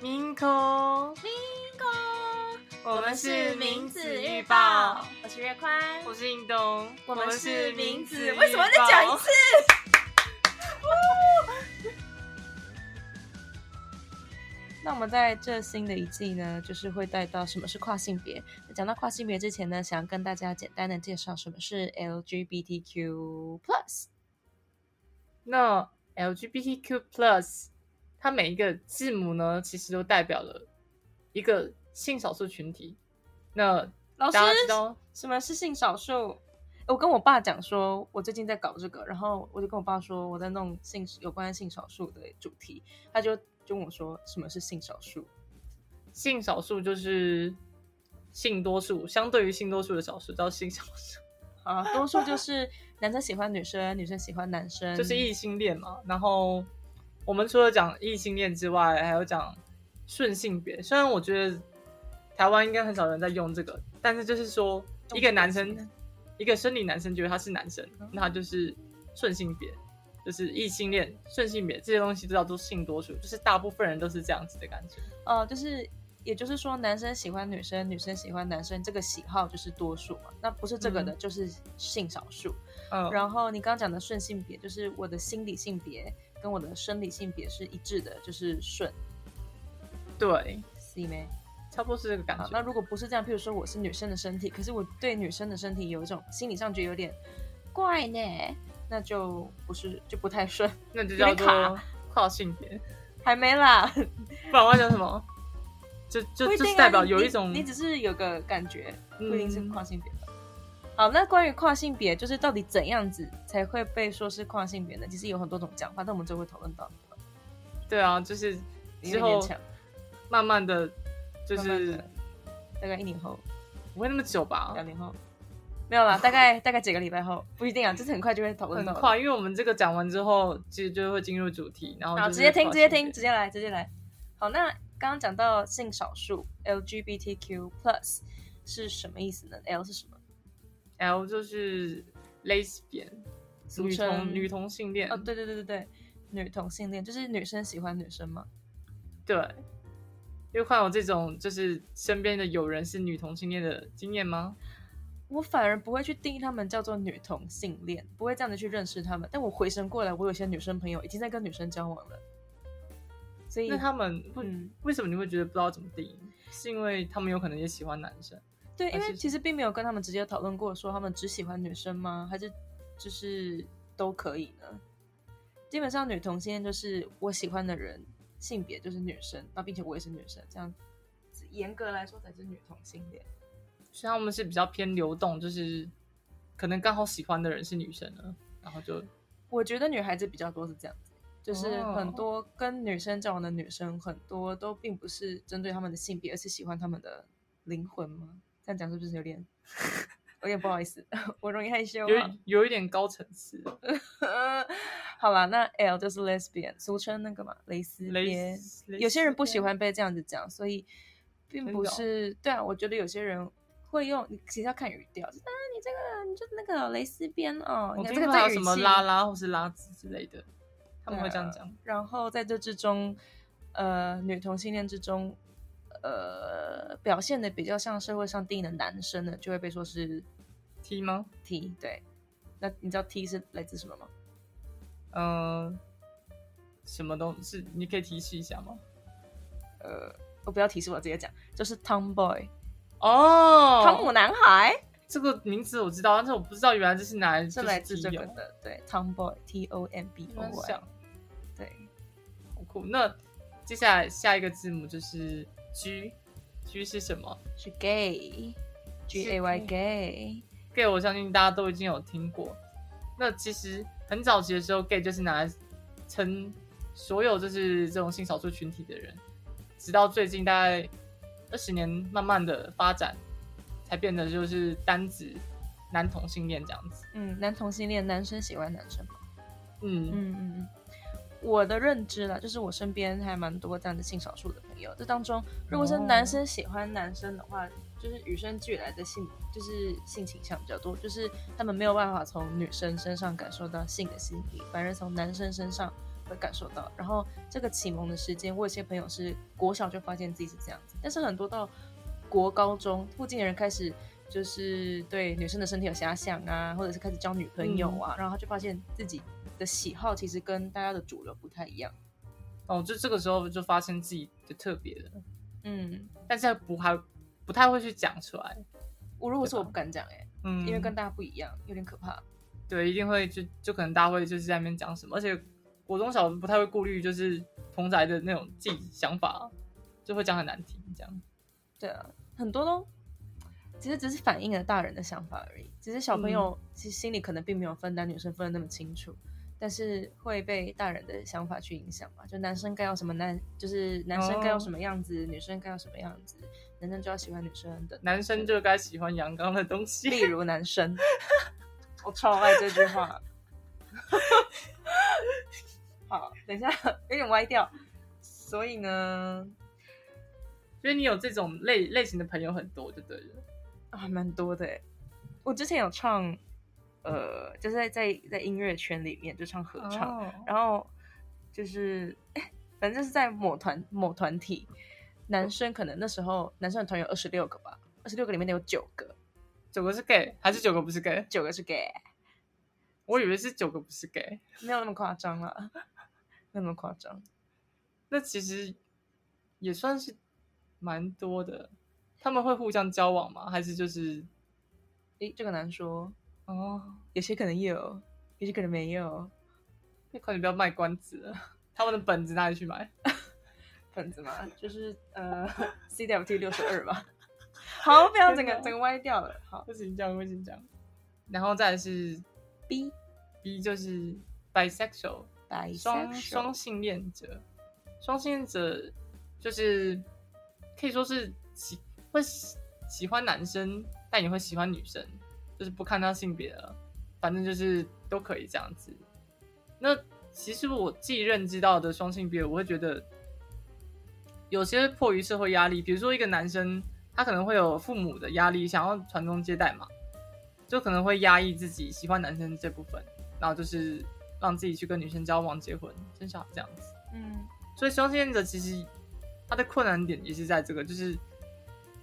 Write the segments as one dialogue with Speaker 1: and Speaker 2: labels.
Speaker 1: 明空，
Speaker 2: 明工，
Speaker 1: 我们是明子预报，，
Speaker 2: 我是月宽，
Speaker 1: 我是印东，
Speaker 2: 我们是明子，
Speaker 1: 预报
Speaker 2: 为什么再讲一次？？
Speaker 3: 那我们在这新的一季呢，就是会带到什么是跨性别。那讲到跨性别之前呢，想要跟大家简单的介绍什么是 LGBTQ plus。
Speaker 1: 那 LGBTQ plus 它每一个字母呢，其实都代表了一个性少数群体。那
Speaker 3: 老师
Speaker 1: 大家知道，
Speaker 3: 什么是性少数？我跟我爸讲说，我最近在搞这个，然后我就跟我爸说我在弄性有关性少数的主题，他就就问我说什么是性少数？
Speaker 1: 性少数就是性多数，相对于性多数的少数叫性少数，
Speaker 3: 啊，多数就是男生喜欢女生，女生喜欢男生，
Speaker 1: 就是异性恋嘛。然后我们除了讲异性恋之外，还有讲顺性别。虽然我觉得台湾应该很少人在用这个，但是就是说一个男生，一个生理男生觉得他是男生，那他就是顺性别。就是异性恋、顺性别这些东西都叫做性多数，就是大部分人都是这样子的感觉。
Speaker 3: 呃，就是也就是说，男生喜欢女生，女生喜欢男生，这个喜好就是多数嘛。那不是这个的，就是性少数。
Speaker 1: 嗯，
Speaker 3: 然后你刚刚讲的顺性别，就是我的心理性别跟我的生理性别是一致的，就是顺
Speaker 1: 对，
Speaker 3: C 妹。
Speaker 1: 差不多是这个感
Speaker 3: 好
Speaker 1: 觉，。
Speaker 3: 那如果不是这样，譬如说我是女生的身体，可是我对女生的身体有一种心理上觉得有点怪呢，那就不是就不太顺。
Speaker 1: 那就
Speaker 3: 有
Speaker 1: 叫
Speaker 3: 点卡
Speaker 1: 做跨性别，
Speaker 3: 还没啦，
Speaker 1: 不 然我要讲什么？就就、
Speaker 3: 不一
Speaker 1: 就
Speaker 3: 定
Speaker 1: 是
Speaker 3: 啊
Speaker 1: 代表
Speaker 3: 你
Speaker 1: 有一
Speaker 3: 你
Speaker 1: 种
Speaker 3: 你只是有个感觉，不
Speaker 1: 嗯
Speaker 3: 一定是跨性别吧。好，那关于跨性别，就是到底怎样子才会被说是跨性别呢？其实有很多种讲法，但我们就会讨论到
Speaker 1: 对啊，就是
Speaker 3: 有
Speaker 1: 之
Speaker 3: 点
Speaker 1: 后
Speaker 3: 勉强
Speaker 1: 慢慢的，就是啊
Speaker 3: 慢慢地大概一年后、
Speaker 1: 不会那么久吧
Speaker 3: 两，年后，没有啦，大概 大概几个礼拜后，不一定啊，就是很快就会讨论
Speaker 1: 很
Speaker 3: 到。
Speaker 1: 快，因为我们这个讲完之后，其实就会进入主题，然后
Speaker 3: 好，
Speaker 1: 哦就是
Speaker 3: 直接听，
Speaker 1: 跨
Speaker 3: 直
Speaker 1: 性
Speaker 3: 接
Speaker 1: 别
Speaker 3: 听，直接来，直接来。好，那刚刚讲到性少数 LGBTQ plus 是什么意思呢？L 是什么？
Speaker 1: L 就是 lesbian，
Speaker 3: 俗
Speaker 1: 女同
Speaker 3: 称
Speaker 1: 女同性恋，
Speaker 3: 哦，对对对对对，女同性恋就是女生喜欢女生嘛。
Speaker 1: 对。因为看有这种就是身边的友人是女同性恋的经验吗？
Speaker 3: 我反而不会去定义他们叫做女同性恋，不会这样的去认识他们。但我回神过来，我有些女生朋友已经在跟女生交往了，所以
Speaker 1: 那他们会、
Speaker 3: 嗯，
Speaker 1: 为什么你会觉得不知道怎么定义？是因为他们有可能也喜欢男生？
Speaker 3: 对，因
Speaker 1: 还
Speaker 3: 为
Speaker 1: 啊是
Speaker 3: 其实并没有跟他们直接讨论过，说他们只喜欢女生吗？还是就是都可以呢？基本上女同性恋就是我喜欢的人性别就是女生，那并且我也是女生，这样子严格来说才是女同性恋。
Speaker 1: 所以他们是比较偏流动，就是可能刚好喜欢的人是女生呢，然后就
Speaker 3: 我觉得女孩子比较多是这样子，就是
Speaker 1: 哦
Speaker 3: 很多跟女生交往的女生，很多都并不是针对她们的性别，而是喜欢她们的灵魂吗？这样讲是不是 有点有点不好意思？我容易害羞、
Speaker 1: 有
Speaker 3: 啊。
Speaker 1: 有一点高层次，
Speaker 3: 好啦，那 L 就是 lesbian，俗称那个嘛，蕾丝
Speaker 1: 雷
Speaker 3: 边。有些人不喜欢被这样子讲，所以并
Speaker 1: 真
Speaker 3: 不
Speaker 1: 的哦
Speaker 3: 是对啊。我觉得有些人会用，你其实要看语调，就是啊，你这个你就那个蕾丝边哦，
Speaker 1: 我
Speaker 3: 你看
Speaker 1: 听
Speaker 3: 这个
Speaker 1: 说
Speaker 3: 在
Speaker 1: 还有
Speaker 3: 语
Speaker 1: 什么
Speaker 3: 气
Speaker 1: 拉拉或是拉子之类的，他们会这样讲。
Speaker 3: 然后在这之中，呃，女同性恋之中，呃，表现的比较像社会上定义的男生的，就会被说是啊
Speaker 1: T 吗？
Speaker 3: T。对，那你知道 T 是来自什么吗？
Speaker 1: 嗯、什么东西？你可以提示一下吗？
Speaker 3: 呃，我不要提示，我直接讲，就是 Tomboy，、
Speaker 1: 哦，
Speaker 3: 汤姆男孩，
Speaker 1: 这个名字我知道，但是我不知道原来这是哪来，
Speaker 3: 是
Speaker 1: 就
Speaker 3: 来自
Speaker 1: T
Speaker 3: 这个哎
Speaker 1: 哦
Speaker 3: 的，对，Tomboy，T O M B
Speaker 1: 原
Speaker 3: O
Speaker 1: 来是
Speaker 3: Y，
Speaker 1: 这样，
Speaker 3: 对。
Speaker 1: 好酷。那接下来下一个字母就是 G，G 是什么？
Speaker 3: 是 gay，G A Y gay，
Speaker 1: gay，我相信大家都已经有听过。那其实很早期的时候，gay 就是拿来称所有就是这种性少数群体的人，直到最近大概二十年慢慢的发展，才变得就是单指男同性恋这样子。
Speaker 3: 嗯，男同性恋，男生喜欢男生嘛，
Speaker 1: 嗯，
Speaker 3: 嗯嗯嗯。我的认知啦，就是我身边还蛮多这样的性少数的朋友。这当中，如果是男生喜欢男生的话，就是与生俱来的性，就是性倾向比较多，就是他们没有办法从女生身上感受到性的吸引力，反而从男生身上会感受到。然后这个启蒙的时间，我有些朋友是国小就发现自己是这样子，但是很多到国高中附近的人开始就是对女生的身体有遐想啊，或者是开始交女朋友
Speaker 1: 嗯
Speaker 3: 啊，然后他就发现自己的喜好其实跟大家的主流不太一样。
Speaker 1: 哦，就这个时候就发现自己的特别了，
Speaker 3: 嗯，
Speaker 1: 但是不还不太会去讲出来，
Speaker 3: 我如果
Speaker 1: 对
Speaker 3: 说
Speaker 1: 吧
Speaker 3: 我不敢讲哎、
Speaker 1: 嗯，
Speaker 3: 因为跟大家不一样，有点可怕。
Speaker 1: 对，一定会就就可能大家会就是在那边讲什么，而且国中小不太会顾虑就是同宅的那种自己想法，就会讲很难听这样。
Speaker 3: 对啊，很多都其实只是反映了大人的想法而已。只是小朋友其实心里可能并没有分男女生分的那么清楚，但是会被大人的想法去影响吧。就男生该要什么男，就是男生该要
Speaker 1: 哦
Speaker 3: 什么样子，女生该要什么样子，男生就要喜欢女生的。
Speaker 1: 男生就该喜欢阳刚的东
Speaker 3: 例
Speaker 1: 西，
Speaker 3: 如男生，我超爱这句话。好，等一下有点歪掉，所以呢，
Speaker 1: 所以你有这种类类型的朋友很多，就对了。
Speaker 3: 还蛮多的欸。我之前有唱，呃，就是在在在音乐圈里面就唱合唱，
Speaker 1: 哦
Speaker 3: 然后就是，哎反正就是在某团某团体，男生可能那时候男生的团有二十六个吧，二十六个里面有九个，
Speaker 1: 九个是 gay 还是九个不是 gay？
Speaker 3: 九个是 gay，
Speaker 1: 我以为是九个不是 gay。
Speaker 3: 没有那么夸张啦， 没有那么夸张。
Speaker 1: 那其实也算是蛮多的。他们会互相交往吗？还是就是
Speaker 3: 诶，这个难说，
Speaker 1: 哦？
Speaker 3: 有些可能有，有些可能没有。
Speaker 1: 那快点不要卖关子了，他们的本子哪里去买？
Speaker 3: 本子嘛，就是呃 CWT 六十二吧。 好，不要整个
Speaker 1: 真的
Speaker 3: 整个歪掉了。好
Speaker 1: 不行这样，不行这样。然后再来是
Speaker 3: ，B
Speaker 1: B 就是 bisexual，
Speaker 3: 白
Speaker 1: 双双性恋者，双性恋者就是可以说是喜会喜喜欢男生，但也会喜欢女生，就是不看他性别了，反正就是都可以这样子。那其实我自己认知到的双性别，我会觉得有些迫于社会压力，比如说一个男生他可能会有父母的压力，想要传宗接代嘛，就可能会压抑自己喜欢男生这部分，然后就是让自己去跟女生交往、结婚、生小孩这样子。
Speaker 3: 嗯
Speaker 1: 所以双性恋者其实他的困难点也是在这个，就是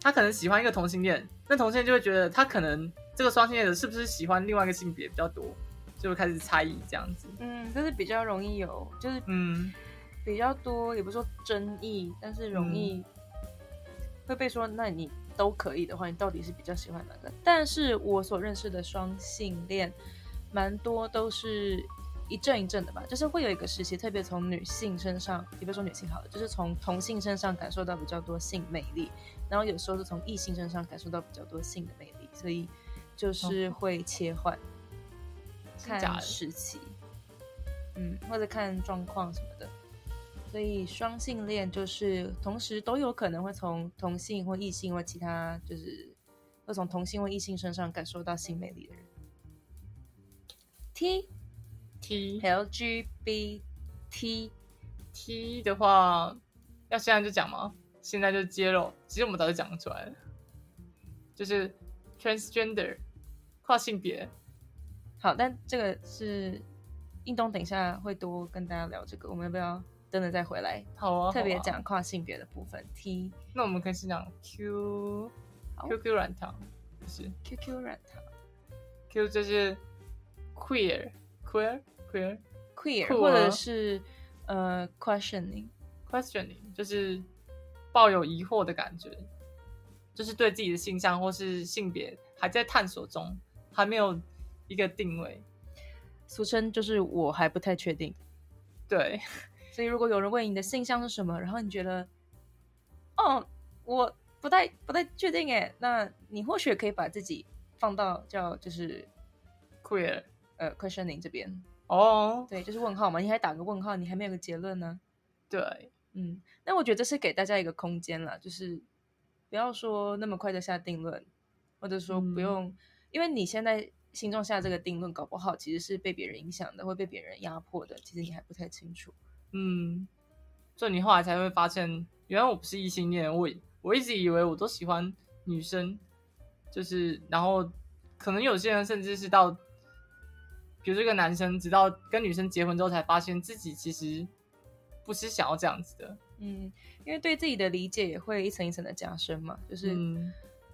Speaker 1: 他可能喜欢一个同性恋，那同性恋就会觉得他可能这个双性恋者是不是喜欢另外一个性别比较多，就会开始猜疑这样子。
Speaker 3: 嗯，就是比较容易有，就是
Speaker 1: 嗯，
Speaker 3: 比较多，也不是说争议，但是容易会被说，那你都可以的话，你到底是比较喜欢哪个？但是我所认识的双性恋，蛮多都是一阵一阵的吧，就是会有一个时期，特别从女性身上，也不是说女性好了，就是从同性身上感受到比较多性魅力，然后有时候是从异性身上感受到比较多性的魅力，所以就是会切换、
Speaker 1: 真假
Speaker 3: 看
Speaker 1: 的
Speaker 3: 时期，嗯，或者看状况什么的。所以双性恋就是同时都有可能会从同性或异性或其他，就是会从同性或异性身上感受到性魅力的人。T
Speaker 1: T
Speaker 3: L G B T，
Speaker 1: T 的话，要现在就讲吗？现在就揭露，其实我们早就讲出来了，就是 transgender 跨性别，
Speaker 3: 好，但这个是印东，等一下会多跟大家聊这个，我们要不要真的再回来
Speaker 1: 好啊，
Speaker 3: 特别
Speaker 1: 好啊
Speaker 3: 讲跨性别的部分？T
Speaker 1: 那我们可以先讲 Q
Speaker 3: 好
Speaker 1: QQ 软糖，不是
Speaker 3: Q Q 软糖
Speaker 1: Q 就是 queer queer queer
Speaker 3: queer，
Speaker 1: 酷儿
Speaker 3: 或者是呃 questioning，
Speaker 1: questioning，就是抱有疑惑的感觉，就是对自己的性向或是性别还在探索中，还没有一个定位。
Speaker 3: 俗称就是我还不太确定。
Speaker 1: 对，
Speaker 3: 所以如果有人问你的性向是什么，然后你觉得，哦，我不太不太确定诶，那你或许可以把自己放到叫就是
Speaker 1: queer
Speaker 3: 呃 questioning 这边，
Speaker 1: 哦，
Speaker 3: 对，就是问号嘛，你还打个问号，你还没有个结论呢、
Speaker 1: 对，
Speaker 3: 嗯，那我觉得这是给大家一个空间啦，就是不要说那么快就下定论，或者说不
Speaker 1: 嗯
Speaker 3: 用，因为你现在心中下这个定论，搞不好其实是被别人影响的，会被别人压迫的，其实你还不太清楚。
Speaker 1: 嗯，所以你后来才会发现，原来我不是异性恋，我我一直以为我都喜欢女生，就是然后可能有些人甚至是到，比比如说一个男生，直到跟女生结婚之后，才发现自己其实不是想要这样子的。
Speaker 3: 嗯，因为对自己的理解也会一层一层的加深嘛，就是
Speaker 1: 嗯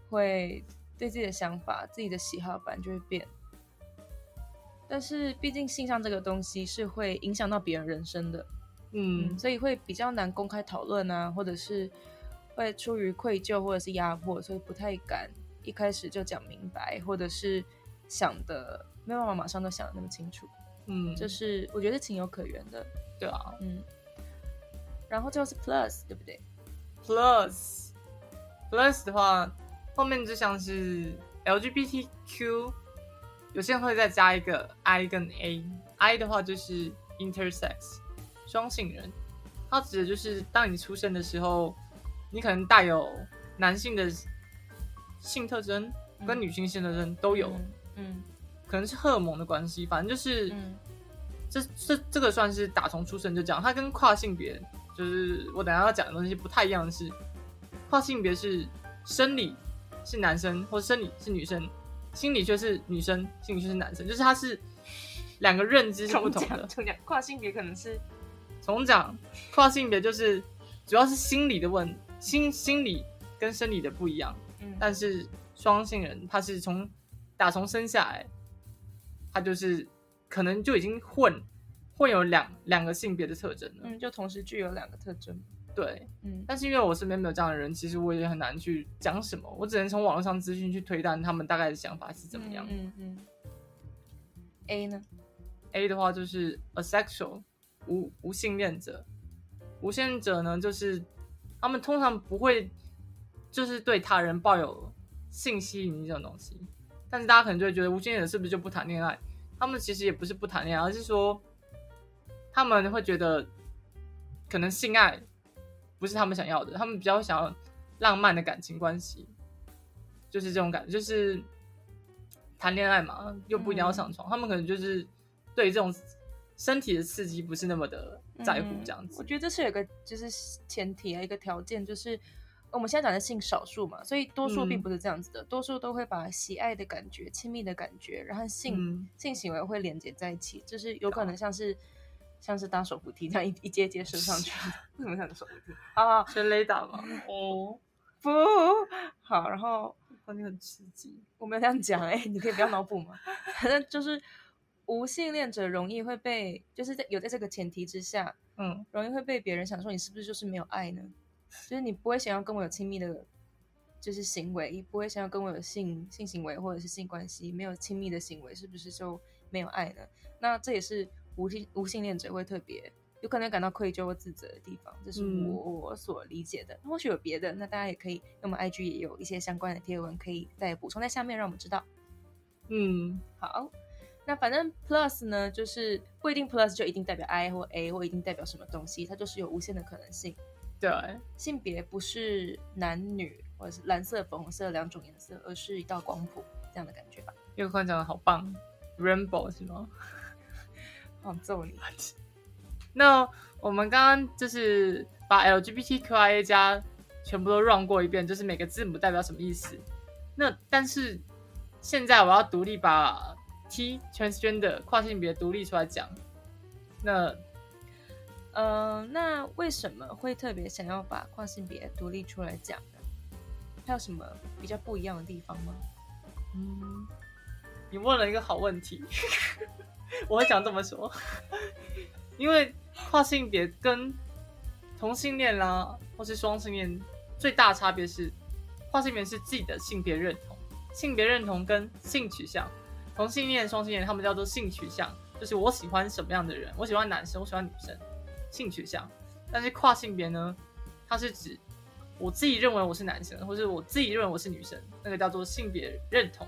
Speaker 3: 会对自己的想法、自己的喜好本来就会变。但是毕竟性向这个东西是会影响到别人人生的，
Speaker 1: 嗯
Speaker 3: 嗯，所以会比较难公开讨论啊，或者是会出于愧疚或者是压迫，所以不太敢一开始就讲明白，或者是想的没有办法马上都想的那么清楚，
Speaker 1: 嗯，
Speaker 3: 这是我觉得情有可原的，
Speaker 1: 对啊。
Speaker 3: 嗯。然后就是 plus，对不对？
Speaker 1: Plus Plus 的话，后面就像是 LGBTQ，有些人会再加一个 I 跟 A，I 的话就是 intersex，双性人，它指的就是当你出生的时候，你可能带有男性的性特征跟
Speaker 3: 嗯
Speaker 1: 女性性特征都有，
Speaker 3: 嗯，
Speaker 1: 可能是荷尔蒙的关系，反正就是。
Speaker 3: 嗯嗯
Speaker 1: 这这这个算是打从出生就讲，它跟跨性别就是我等一下要讲的东西不太一样的是，跨性别是生理是男生或生理是女生，心理却是女生，心理却是男生，就是它是两个认知是不同的。
Speaker 3: 重讲跨性别可能是
Speaker 1: 重讲跨性别就是主要是心理的问心心理跟生理的不一样，
Speaker 3: 嗯
Speaker 1: 但是双性人他是从打从生下来，他就是可能就已经混混有两两个性别的特征了。
Speaker 3: 嗯，就同时具有两个特征，
Speaker 1: 对，
Speaker 3: 嗯
Speaker 1: 但是因为我身边没有这样的人，其实我也很难去讲什么，我只能从网络上资讯去推断他们大概的想法是怎么样。
Speaker 3: 嗯嗯嗯 A 呢？
Speaker 1: A 的话就是 asexual，无无性恋者。无性恋者呢，就是他们通常不会就是对他人抱有性吸引力这种东西。但是大家可能就会觉得无性恋者是不是就不谈恋爱？他们其实也不是不谈恋爱，而是说他们会觉得可能性爱不是他们想要的，他们比较想要浪漫的感情关系，就是这种感觉，就是谈恋爱嘛，又不一定要上床，他们可能就是对这种身体的刺激不是那么的在乎这样
Speaker 3: 嗯
Speaker 1: 子。
Speaker 3: 我觉得这是有一个就是前提啊，一个条件就是。我们现在讲的性少数嘛，所以多数
Speaker 1: 嗯
Speaker 3: 并不是这样子的，多数都会把喜爱的感觉、亲密的感觉，然后性、
Speaker 1: 嗯
Speaker 3: 性行为会连接在一起，就是有可能像是像是搭手扶梯这样一一阶一阶升上去。 为什么像手扶梯啊？
Speaker 1: 全雷打嘛，哦，
Speaker 3: 不好，然后
Speaker 1: 那哦你很刺激。
Speaker 3: 我没有这样讲，哎、你可以不要脑补吗？反正就是无性恋者容易会被，就是在有在这个前提之下，
Speaker 1: 嗯，
Speaker 3: 容易会被别人想说你是不是就是没有爱呢？就是你不会想要跟我有亲密的，就是行为，你不会想要跟我有性性行为或者是性关系，没有亲密的行为，是不是就没有爱呢？那这也是无性无性恋者会特别有可能感到愧疚或自责的地方，这是我、
Speaker 1: 嗯
Speaker 3: 我所理解的。或许有别的，那大家也可以，那么 IG 也有一些相关的贴文可以再补充在下面，让我们知道。
Speaker 1: 嗯，
Speaker 3: 好，那反正 plus 呢，就是不一定 plus 就一定代表 I 或 A 或一定代表什么东西，它就是有无限的可能性。
Speaker 1: 对，
Speaker 3: 性别不是男女或者是蓝色、粉红色两种颜色，而是一道光谱这样的感觉吧。
Speaker 1: 又宽讲的好棒，Rainbow 是吗？
Speaker 3: 好揍你！
Speaker 1: 那我们刚刚就是把 LGBTQIA 加全部都 run 过一遍，就是每个字母代表什么意思。那但是现在我要独立把 T transgender 跨性别独立出来讲。那
Speaker 3: 呃，那为什么会特别想要把跨性别独立出来讲呢？还有什么比较不一样的地方吗？
Speaker 1: 嗯，你问了一个好问题， 我会想这么说，因为跨性别跟同性恋啦，或是双性恋最大差别是，跨性别是自己的性别认同，性别认同跟性取向，同性恋、双性恋他们叫做性取向，就是我喜欢什么样的人，我喜欢男生，我喜欢女生，性取向。但是跨性别呢，它是指我自己认为我是男生，或是我自己认为我是女生，那个叫做性别认同，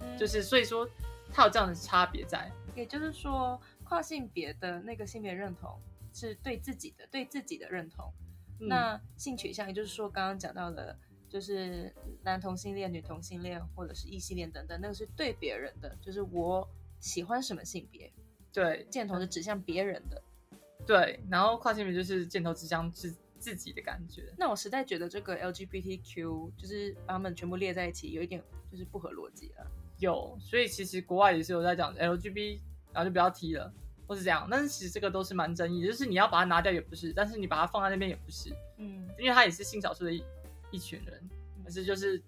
Speaker 3: 嗯
Speaker 1: 就是所以说它有这样的差别在。
Speaker 3: 也就是说，跨性别的那个性别认同是对自己的对自己的认同，
Speaker 1: 嗯
Speaker 3: 那性取向，也就是说刚刚讲到的，就是男同性恋、女同性恋或者是异性恋等等，那个是对别人的，就是我喜欢什么性别，
Speaker 1: 对
Speaker 3: 箭头是指向别人的。
Speaker 1: 对，然后跨性别就是箭头指向自自己的感觉。
Speaker 3: 那我实在觉得这个 LGBTQ 就是把他们全部列在一起，有一点就是不合逻辑了。
Speaker 1: 有，所以其实国外也是有在讲 LGB 然后就不要踢了，或是这样。但是其实这个都是蛮争议的，就是你要把它拿掉也不是，但是你把它放在那边也不是，
Speaker 3: 嗯
Speaker 1: 因为它也是性少数的一一群人，可是就是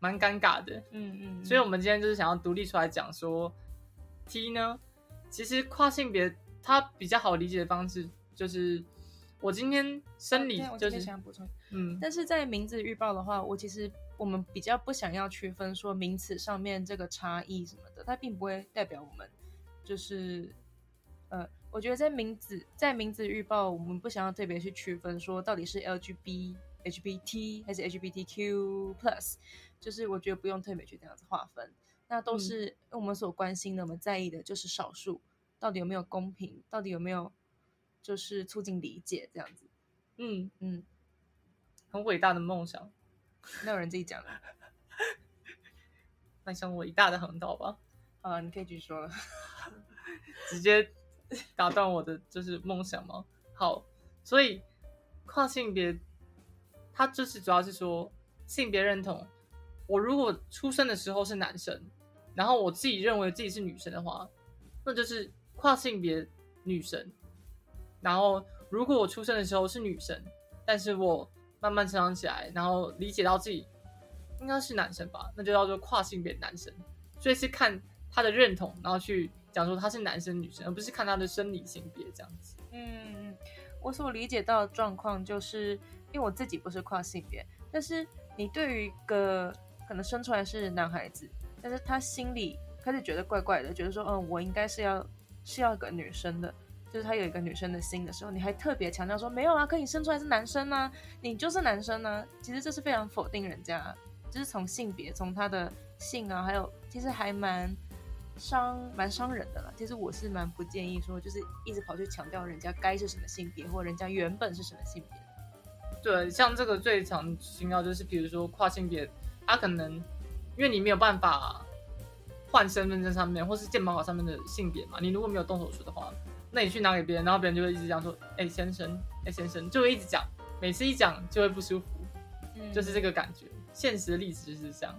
Speaker 1: 蛮尴尬的。
Speaker 3: 嗯嗯，
Speaker 1: 所以我们今天就是想要独立出来讲说，T 呢，其实跨性别它比较好理解的方式就是，我今天生理
Speaker 3: 哦对我这
Speaker 1: 就
Speaker 3: 边
Speaker 1: 是、
Speaker 3: 想补充，
Speaker 1: 嗯，
Speaker 3: 但是在名字预报的话，我其实我们比较不想要区分说名词上面这个差异什么的，它并不会代表我们就是呃，我觉得在名字在名字预报，我们不想要特别去区分说到底是 LGB。LGBT 还是 LGBTQ plus，就是我觉得不用特别去这样子划分，那都
Speaker 1: 嗯
Speaker 3: 是我们所关心的、我们在意的，就是少数到底有没有公平，到底有没有就是促进理解这样子。
Speaker 1: 嗯，
Speaker 3: 嗯，
Speaker 1: 很伟大的梦想，
Speaker 3: 没有人自己讲的。
Speaker 1: 迈向伟大的航道吧，
Speaker 3: 啊，你可以继续说了。
Speaker 1: 直接 打断我的就是梦想吗？好，所以跨性别，它就是主要是说性别认同。我如果出生的时候是男生，然后我自己认为自己是女生的话，那就是跨性别女生。然后如果我出生的时候是女生，但是我慢慢成长起来，然后理解到自己应该是男生吧，那就叫做跨性别男生。所以是看他的认同，然后去讲说他是男生女生，而不是看他的生理性别这样子。
Speaker 3: 嗯，我所理解到的状况就是，因为我自己不是跨性别，但是你对于一个可能生出来是男孩子，但是他心里开始觉得怪怪的，觉得说，嗯，我应该是要是要一个女生的。就是他有一个女生的心的时候，你还特别强调说没有啊，可你生出来是男生啊，你就是男生啊。其实这是非常否定人家，就是从性别，从他的性啊，还有其实还蛮伤蛮伤人的啦。其实我是蛮不建议说，就是一直跑去强调人家该是什么性别，或人家原本是什么性别。
Speaker 1: 对，像这个最常听到就是，比如说跨性别，他可能因为你没有办法换身份证上面或是健保卡上面的性别嘛，你如果没有动手术的话，那你去拿给别人，然后别人就会一直讲说，哎、先生，哎、先生，就会一直讲，每次一讲就会不舒服，
Speaker 3: 嗯
Speaker 1: 就是这个感觉。现实的例子就是这样。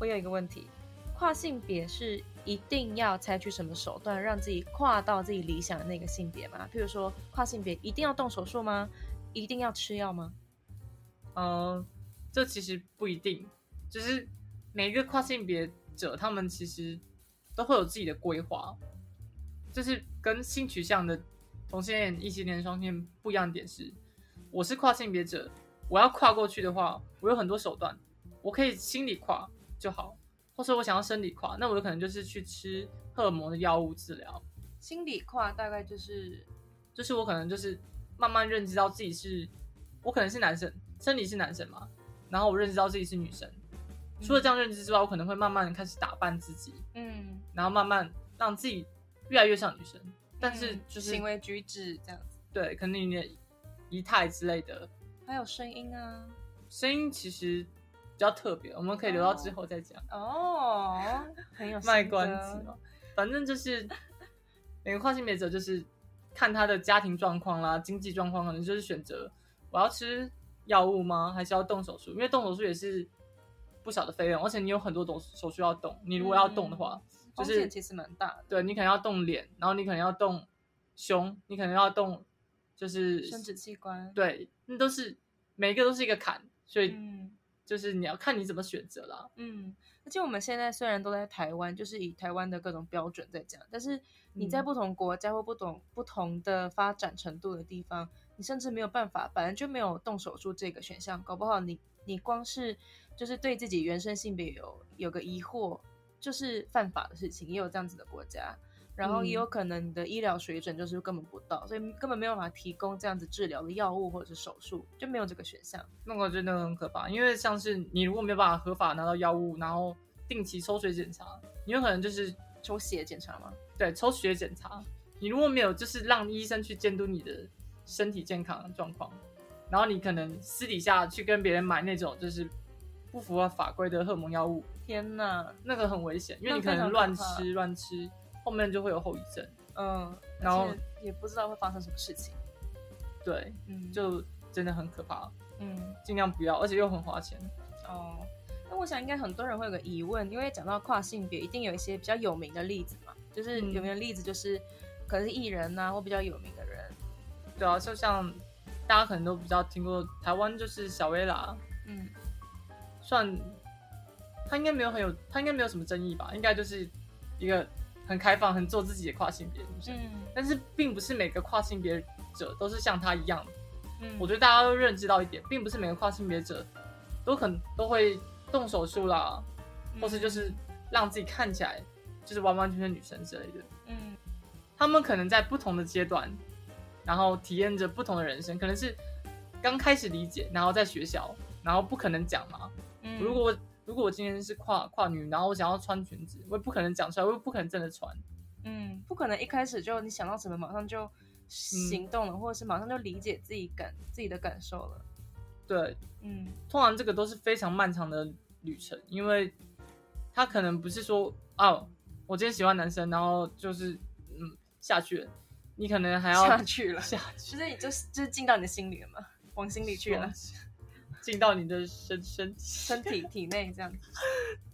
Speaker 3: 我有一个问题：跨性别是一定要采取什么手段让自己跨到自己理想的那个性别吗？譬如说，跨性别一定要动手术吗？一定要吃药吗？
Speaker 1: 嗯，这其实不一定，就是每一个跨性别者，他们其实都会有自己的规划，就是跟性取向的同性恋、异性恋、双性恋不一样的点是，我是跨性别者，我要跨过去的话，我有很多手段，我可以心理跨就好，或者我想要生理跨，那我有可能就是去吃荷尔蒙的药物治疗，
Speaker 3: 心理跨大概就是，
Speaker 1: 就是我可能就是慢慢认知到自己是，我可能是男生，生理是男生嘛，然后我认知到自己是女生。除了这样认知之外，我可能会慢慢开始打扮自己，
Speaker 3: 嗯，
Speaker 1: 然后慢慢让自己越来越像女生。但是就是、
Speaker 3: 嗯行为举止这样子，
Speaker 1: 对，可能你的仪态之类的
Speaker 3: 还有声音啊。
Speaker 1: 声音其实比较特别，我们可以留到之后再讲，
Speaker 3: 哦，很有
Speaker 1: 卖
Speaker 3: 心得
Speaker 1: 关子哦。反正就是每个跨性别者就是看他的家庭状况啦、经济状况，可能就是选择我要吃药物吗，还是要动手术？因为动手术也是不小的费用，而且你有很多种手术要动，你如果要动的话，就
Speaker 3: 风
Speaker 1: 是
Speaker 3: 险其实蛮大的，
Speaker 1: 对你可能要动脸，然后你可能要动胸，你可能要动就是
Speaker 3: 生殖器官。，
Speaker 1: 对，那都是每一个都是一个坎，所以
Speaker 3: 嗯
Speaker 1: 就是你要看你怎么选择啦。
Speaker 3: 嗯。而且我们现在虽然都在台湾，就是以台湾的各种标准在讲，但是你在
Speaker 1: 嗯
Speaker 3: 不同国家或不同不同的发展程度的地方，你甚至没有办法，本来就没有动手术这个选项，搞不好你你光是就是对自己原生性别有有个疑惑，就是犯法的事情，也有这样子的国家。然后也有
Speaker 1: 嗯
Speaker 3: 可能你的医疗水准就是根本不到，所以根本没有办法提供这样子治疗的药物或者是手术，就没有这个选项。
Speaker 1: 那个真的很可怕，因为像是你如果没有办法合法拿到药物，然后定期抽血检查，你有可能就是
Speaker 3: 抽血检查吗？
Speaker 1: 对抽血检查，你如果没有就是让医生去监督你的身体健康状况，然后你可能私底下去跟别人买那种就是不符合法规的荷尔蒙药物，
Speaker 3: 天哪，
Speaker 1: 那个很危险，因为你
Speaker 3: 那
Speaker 1: 可
Speaker 3: 非常
Speaker 1: 能乱
Speaker 3: 可怕
Speaker 1: 吃乱吃，后面就会有后遗症。
Speaker 3: 嗯，
Speaker 1: 然后
Speaker 3: 而且也不知道会发生什么事情，
Speaker 1: 对，
Speaker 3: 嗯，
Speaker 1: 就真的很可怕，
Speaker 3: 嗯
Speaker 1: 尽量不要，而且又很花钱。
Speaker 3: 哦。那我想应该很多人会有个疑问，因为讲到跨性别，一定有一些比较有名的例子嘛，就是有没有例子，就是、可能是艺人啊呐、或比较有名的人，
Speaker 1: 对啊，就像大家可能都比较听过，台湾就是小薇啦，
Speaker 3: 嗯，
Speaker 1: 算他应该没有很有，他应该没有什么争议吧，应该就是一个很开放、很做自己的跨性别女生。
Speaker 3: 嗯
Speaker 1: 但是并不是每个跨性别者都是像他一样，
Speaker 3: 嗯
Speaker 1: 我觉得大家都认知到一点，并不是每个跨性别者都可能都会动手术啦，
Speaker 3: 嗯
Speaker 1: 或是就是让自己看起来就是完完全全女生之类的。
Speaker 3: 嗯
Speaker 1: 他们可能在不同的阶段，然后体验着不同的人生，可能是刚开始理解，然后在学校，然后不可能讲嘛。
Speaker 3: 嗯
Speaker 1: 如果我如果我今天是跨跨女，然后我想要穿裙子，我也不可能讲出来，我也不可能真的穿。
Speaker 3: 嗯，不可能一开始就你想到什么马上就
Speaker 1: 嗯
Speaker 3: 行动了，或者是马上就理解自己感自己的感受了。
Speaker 1: 对，
Speaker 3: 嗯
Speaker 1: 通常这个都是非常漫长的旅程，因为他可能不是说啊，我今天喜欢男生，然后就是嗯下去了，你可能还要
Speaker 3: 下去了
Speaker 1: 下
Speaker 3: 就是你就是就是进到你的心里了嘛，往心里去了，，
Speaker 1: 进到你的身身体。
Speaker 3: 身体体内这样子。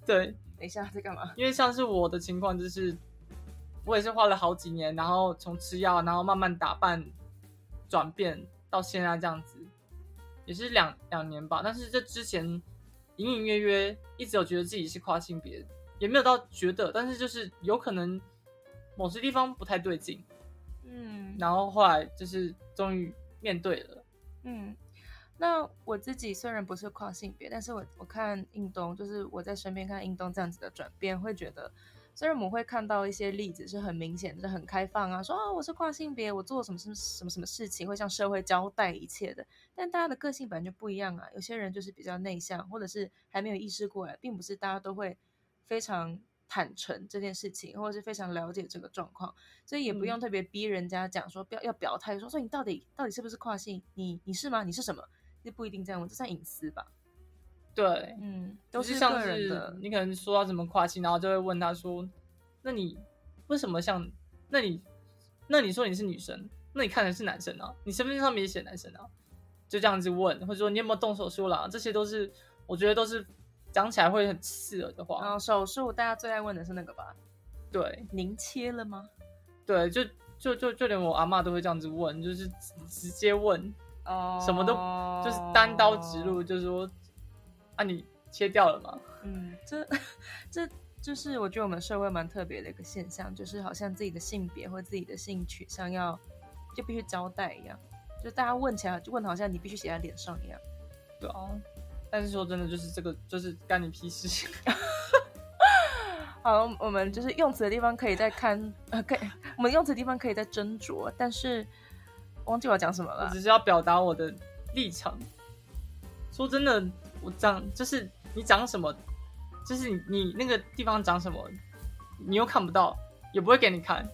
Speaker 1: 对，
Speaker 3: 等一下在干嘛？
Speaker 1: 因为像是我的情况就是，我也是花了好几年，然后从吃药，然后慢慢打扮，转变到现在这样子，也是两两年吧。但是这之前隐隐约约一直有觉得自己是跨性别，也没有到觉得，但是就是有可能某些地方不太对劲。
Speaker 3: 嗯
Speaker 1: 然后后来就是终于面对了，
Speaker 3: 嗯，那我自己虽然不是跨性别，但是我我看印东，就是我在身边看印东这样子的转变，会觉得。虽然我们会看到一些例子是很明显，就是很开放啊，说啊、我是跨性别，我做什么什么什么什么事情会向社会交代一切的，但大家的个性本来就不一样啊，有些人就是比较内向，或者是还没有意识过来，并不是大家都会非常坦诚这件事情，或者是非常了解这个状况，所以也不
Speaker 1: 嗯
Speaker 3: 用特别逼人家讲说不要要表态，说说你到底到底是不是跨性，你你是吗？你是什么？这不一定这样，这算隐私吧？
Speaker 1: 对，
Speaker 3: 嗯，都
Speaker 1: 就是是
Speaker 3: 个
Speaker 1: 像
Speaker 3: 人
Speaker 1: 是
Speaker 3: 的，
Speaker 1: 你可能说到什么跨性，然后就会问他说：“那你为什么像？那你那你说你是女生，那你看的是男生啊？你身份证上面也写男生啊？”就这样子问，或者说你有没有动手术啦？这些都是我觉得都是讲起来会很刺耳的话。
Speaker 3: 然后嗯手术大家最爱问的是那个吧？
Speaker 1: 对
Speaker 3: 您切了吗？
Speaker 1: 对，就就就就连我阿嬷都会这样子问，就是直直接问，
Speaker 3: 哦
Speaker 1: 什么都就是单刀直入，，就是说啊你切掉了吗？
Speaker 3: 嗯，这这就是我觉得我们社会蛮特别的一个现象，就是好像自己的性别或自己的性取向要就必须交代一样，就大家问起来就问得好像你必须写在脸上一样。
Speaker 1: 对啊，但是说真的，就是这个就是干你屁事。
Speaker 3: 好，我们就是用词的地方可以再看，呃，可以，我们用词的地方可以再斟酌，但是忘记我要讲什么
Speaker 1: 我
Speaker 3: 了。
Speaker 1: 只是要表达我的立场。说真的，我讲就是你讲什么，就是你你那个地方讲什么，你又看不到，也不会给你看。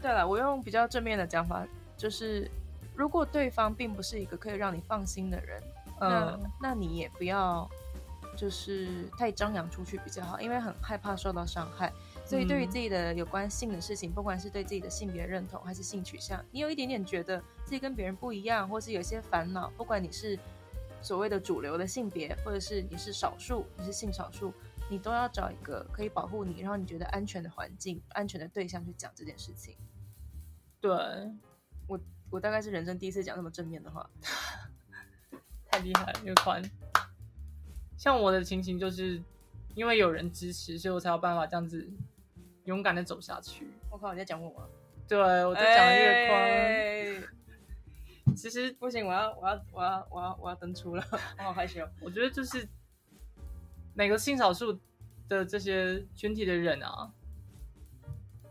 Speaker 3: 对了，我用比较正面的讲法，就是如果对方并不是一个可以让你放心的人，
Speaker 1: 嗯，
Speaker 3: 那那你也不要就是太张扬出去比较好，因为很害怕受到伤害。所以对于
Speaker 1: 嗯
Speaker 3: 自己的有关性的事情，不管是对自己的性别认同还是性取向，你有一点点觉得自己跟别人不一样，或是有一些烦恼，不管你是所谓的主流的性别，或者是你是少数，你是性少数，你都要找一个可以保护你，然后你觉得安全的环境、安全的对象去讲这件事情。
Speaker 1: 对，
Speaker 3: 我大概是人生第一次讲那么正面的话。
Speaker 1: 太厉害了，越宽。像我的情形就是，因为有人支持，所以我才有办法这样子勇敢的走下去。
Speaker 3: 我靠，你在讲我吗？
Speaker 1: 对我在讲越宽，
Speaker 3: 哎
Speaker 1: 其实
Speaker 3: 不行，我要我要我要我要我要登出了， 我好害羞。
Speaker 1: 我觉得就是每个性少数的这些群体的人啊，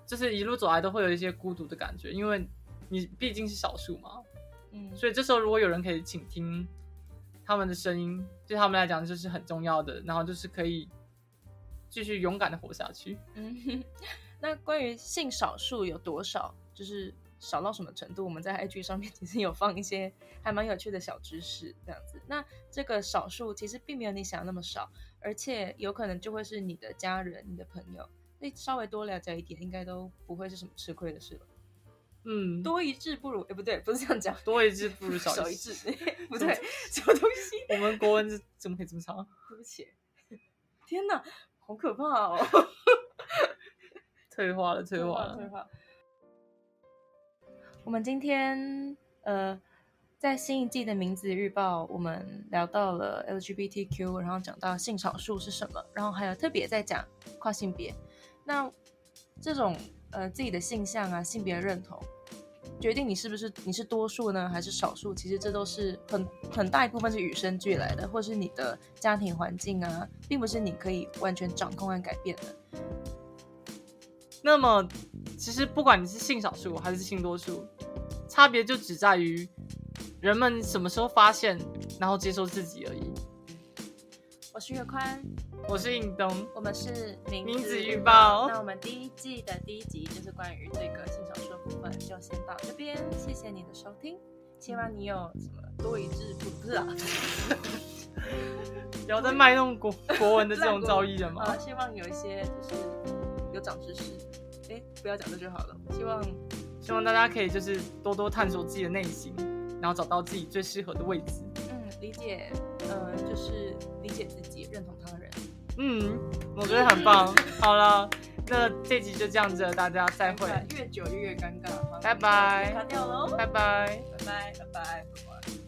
Speaker 1: 就是一路走来都会有一些孤独的感觉，因为你毕竟是少数嘛。
Speaker 3: 嗯，
Speaker 1: 所以这时候如果有人可以倾听他们的声音，对他们来讲就是很重要的，然后就是可以继续勇敢的活下去。
Speaker 3: 嗯，那关于性少数有多少，就是少到什么程度，我们在 IG 上面其实有放一些还蛮有趣的小知识，这样子。那这个少数其实并没有你想的那么少，而且有可能就会是你的家人、你的朋友，所以稍微多了解一点，应该都不会是什么吃亏的事吧。
Speaker 1: 嗯，
Speaker 3: 多一事不如，哎，不对， 不是这样讲，
Speaker 1: 多一只不如少
Speaker 3: 少
Speaker 1: 一
Speaker 3: 一
Speaker 1: 只。
Speaker 3: 智， 不对，什么东西？
Speaker 1: 我们国文是怎么可以这 么长？
Speaker 3: 对不起，天哪，好可怕哦！
Speaker 1: 退化了，退
Speaker 3: 退
Speaker 1: 化
Speaker 3: 化
Speaker 1: 了。
Speaker 3: 退化。我们今天呃，在新一季的名字日报，我们聊到了 LGBTQ，然后讲到性少数是什么，然后还有特别在讲跨性别。那这种呃自己的性向啊、性别认同，决定你是不是你是多数呢，还是少数，其实这都是很很大一部分是与生俱来的，或是你的家庭环境啊，并不是你可以完全掌控和改变的。
Speaker 1: 那么，其实不管你是性少数还是性多数，差别就只在于人们什么时候发现，然后接受自己而已。
Speaker 3: 我是月宽。
Speaker 1: 我是应东，
Speaker 3: 我们是名
Speaker 1: 名字预报
Speaker 3: 那我们第一季的第一集就是关于这个性少数的部分，就先到这边。谢谢你的收听，希望你有什么多一致不不是 啊，
Speaker 1: 不要再卖弄 国国文的这种造诣了
Speaker 3: 啊，
Speaker 1: 嘛。
Speaker 3: 希望有一些就是有长知识。哎，不要讲这就好了。希望
Speaker 1: 希望大家可以就是多多探索自己的内心，然后找到自己最适合的位置。
Speaker 3: 嗯理解，呃，就是理解自己，认同他人。
Speaker 1: 嗯，我觉得很棒。好了，那这集就这样子了，大家再会，
Speaker 3: 越久就越尴尬。
Speaker 1: 拜拜
Speaker 3: 卡掉喽，
Speaker 1: 拜拜。
Speaker 3: 拜拜拜拜拜拜。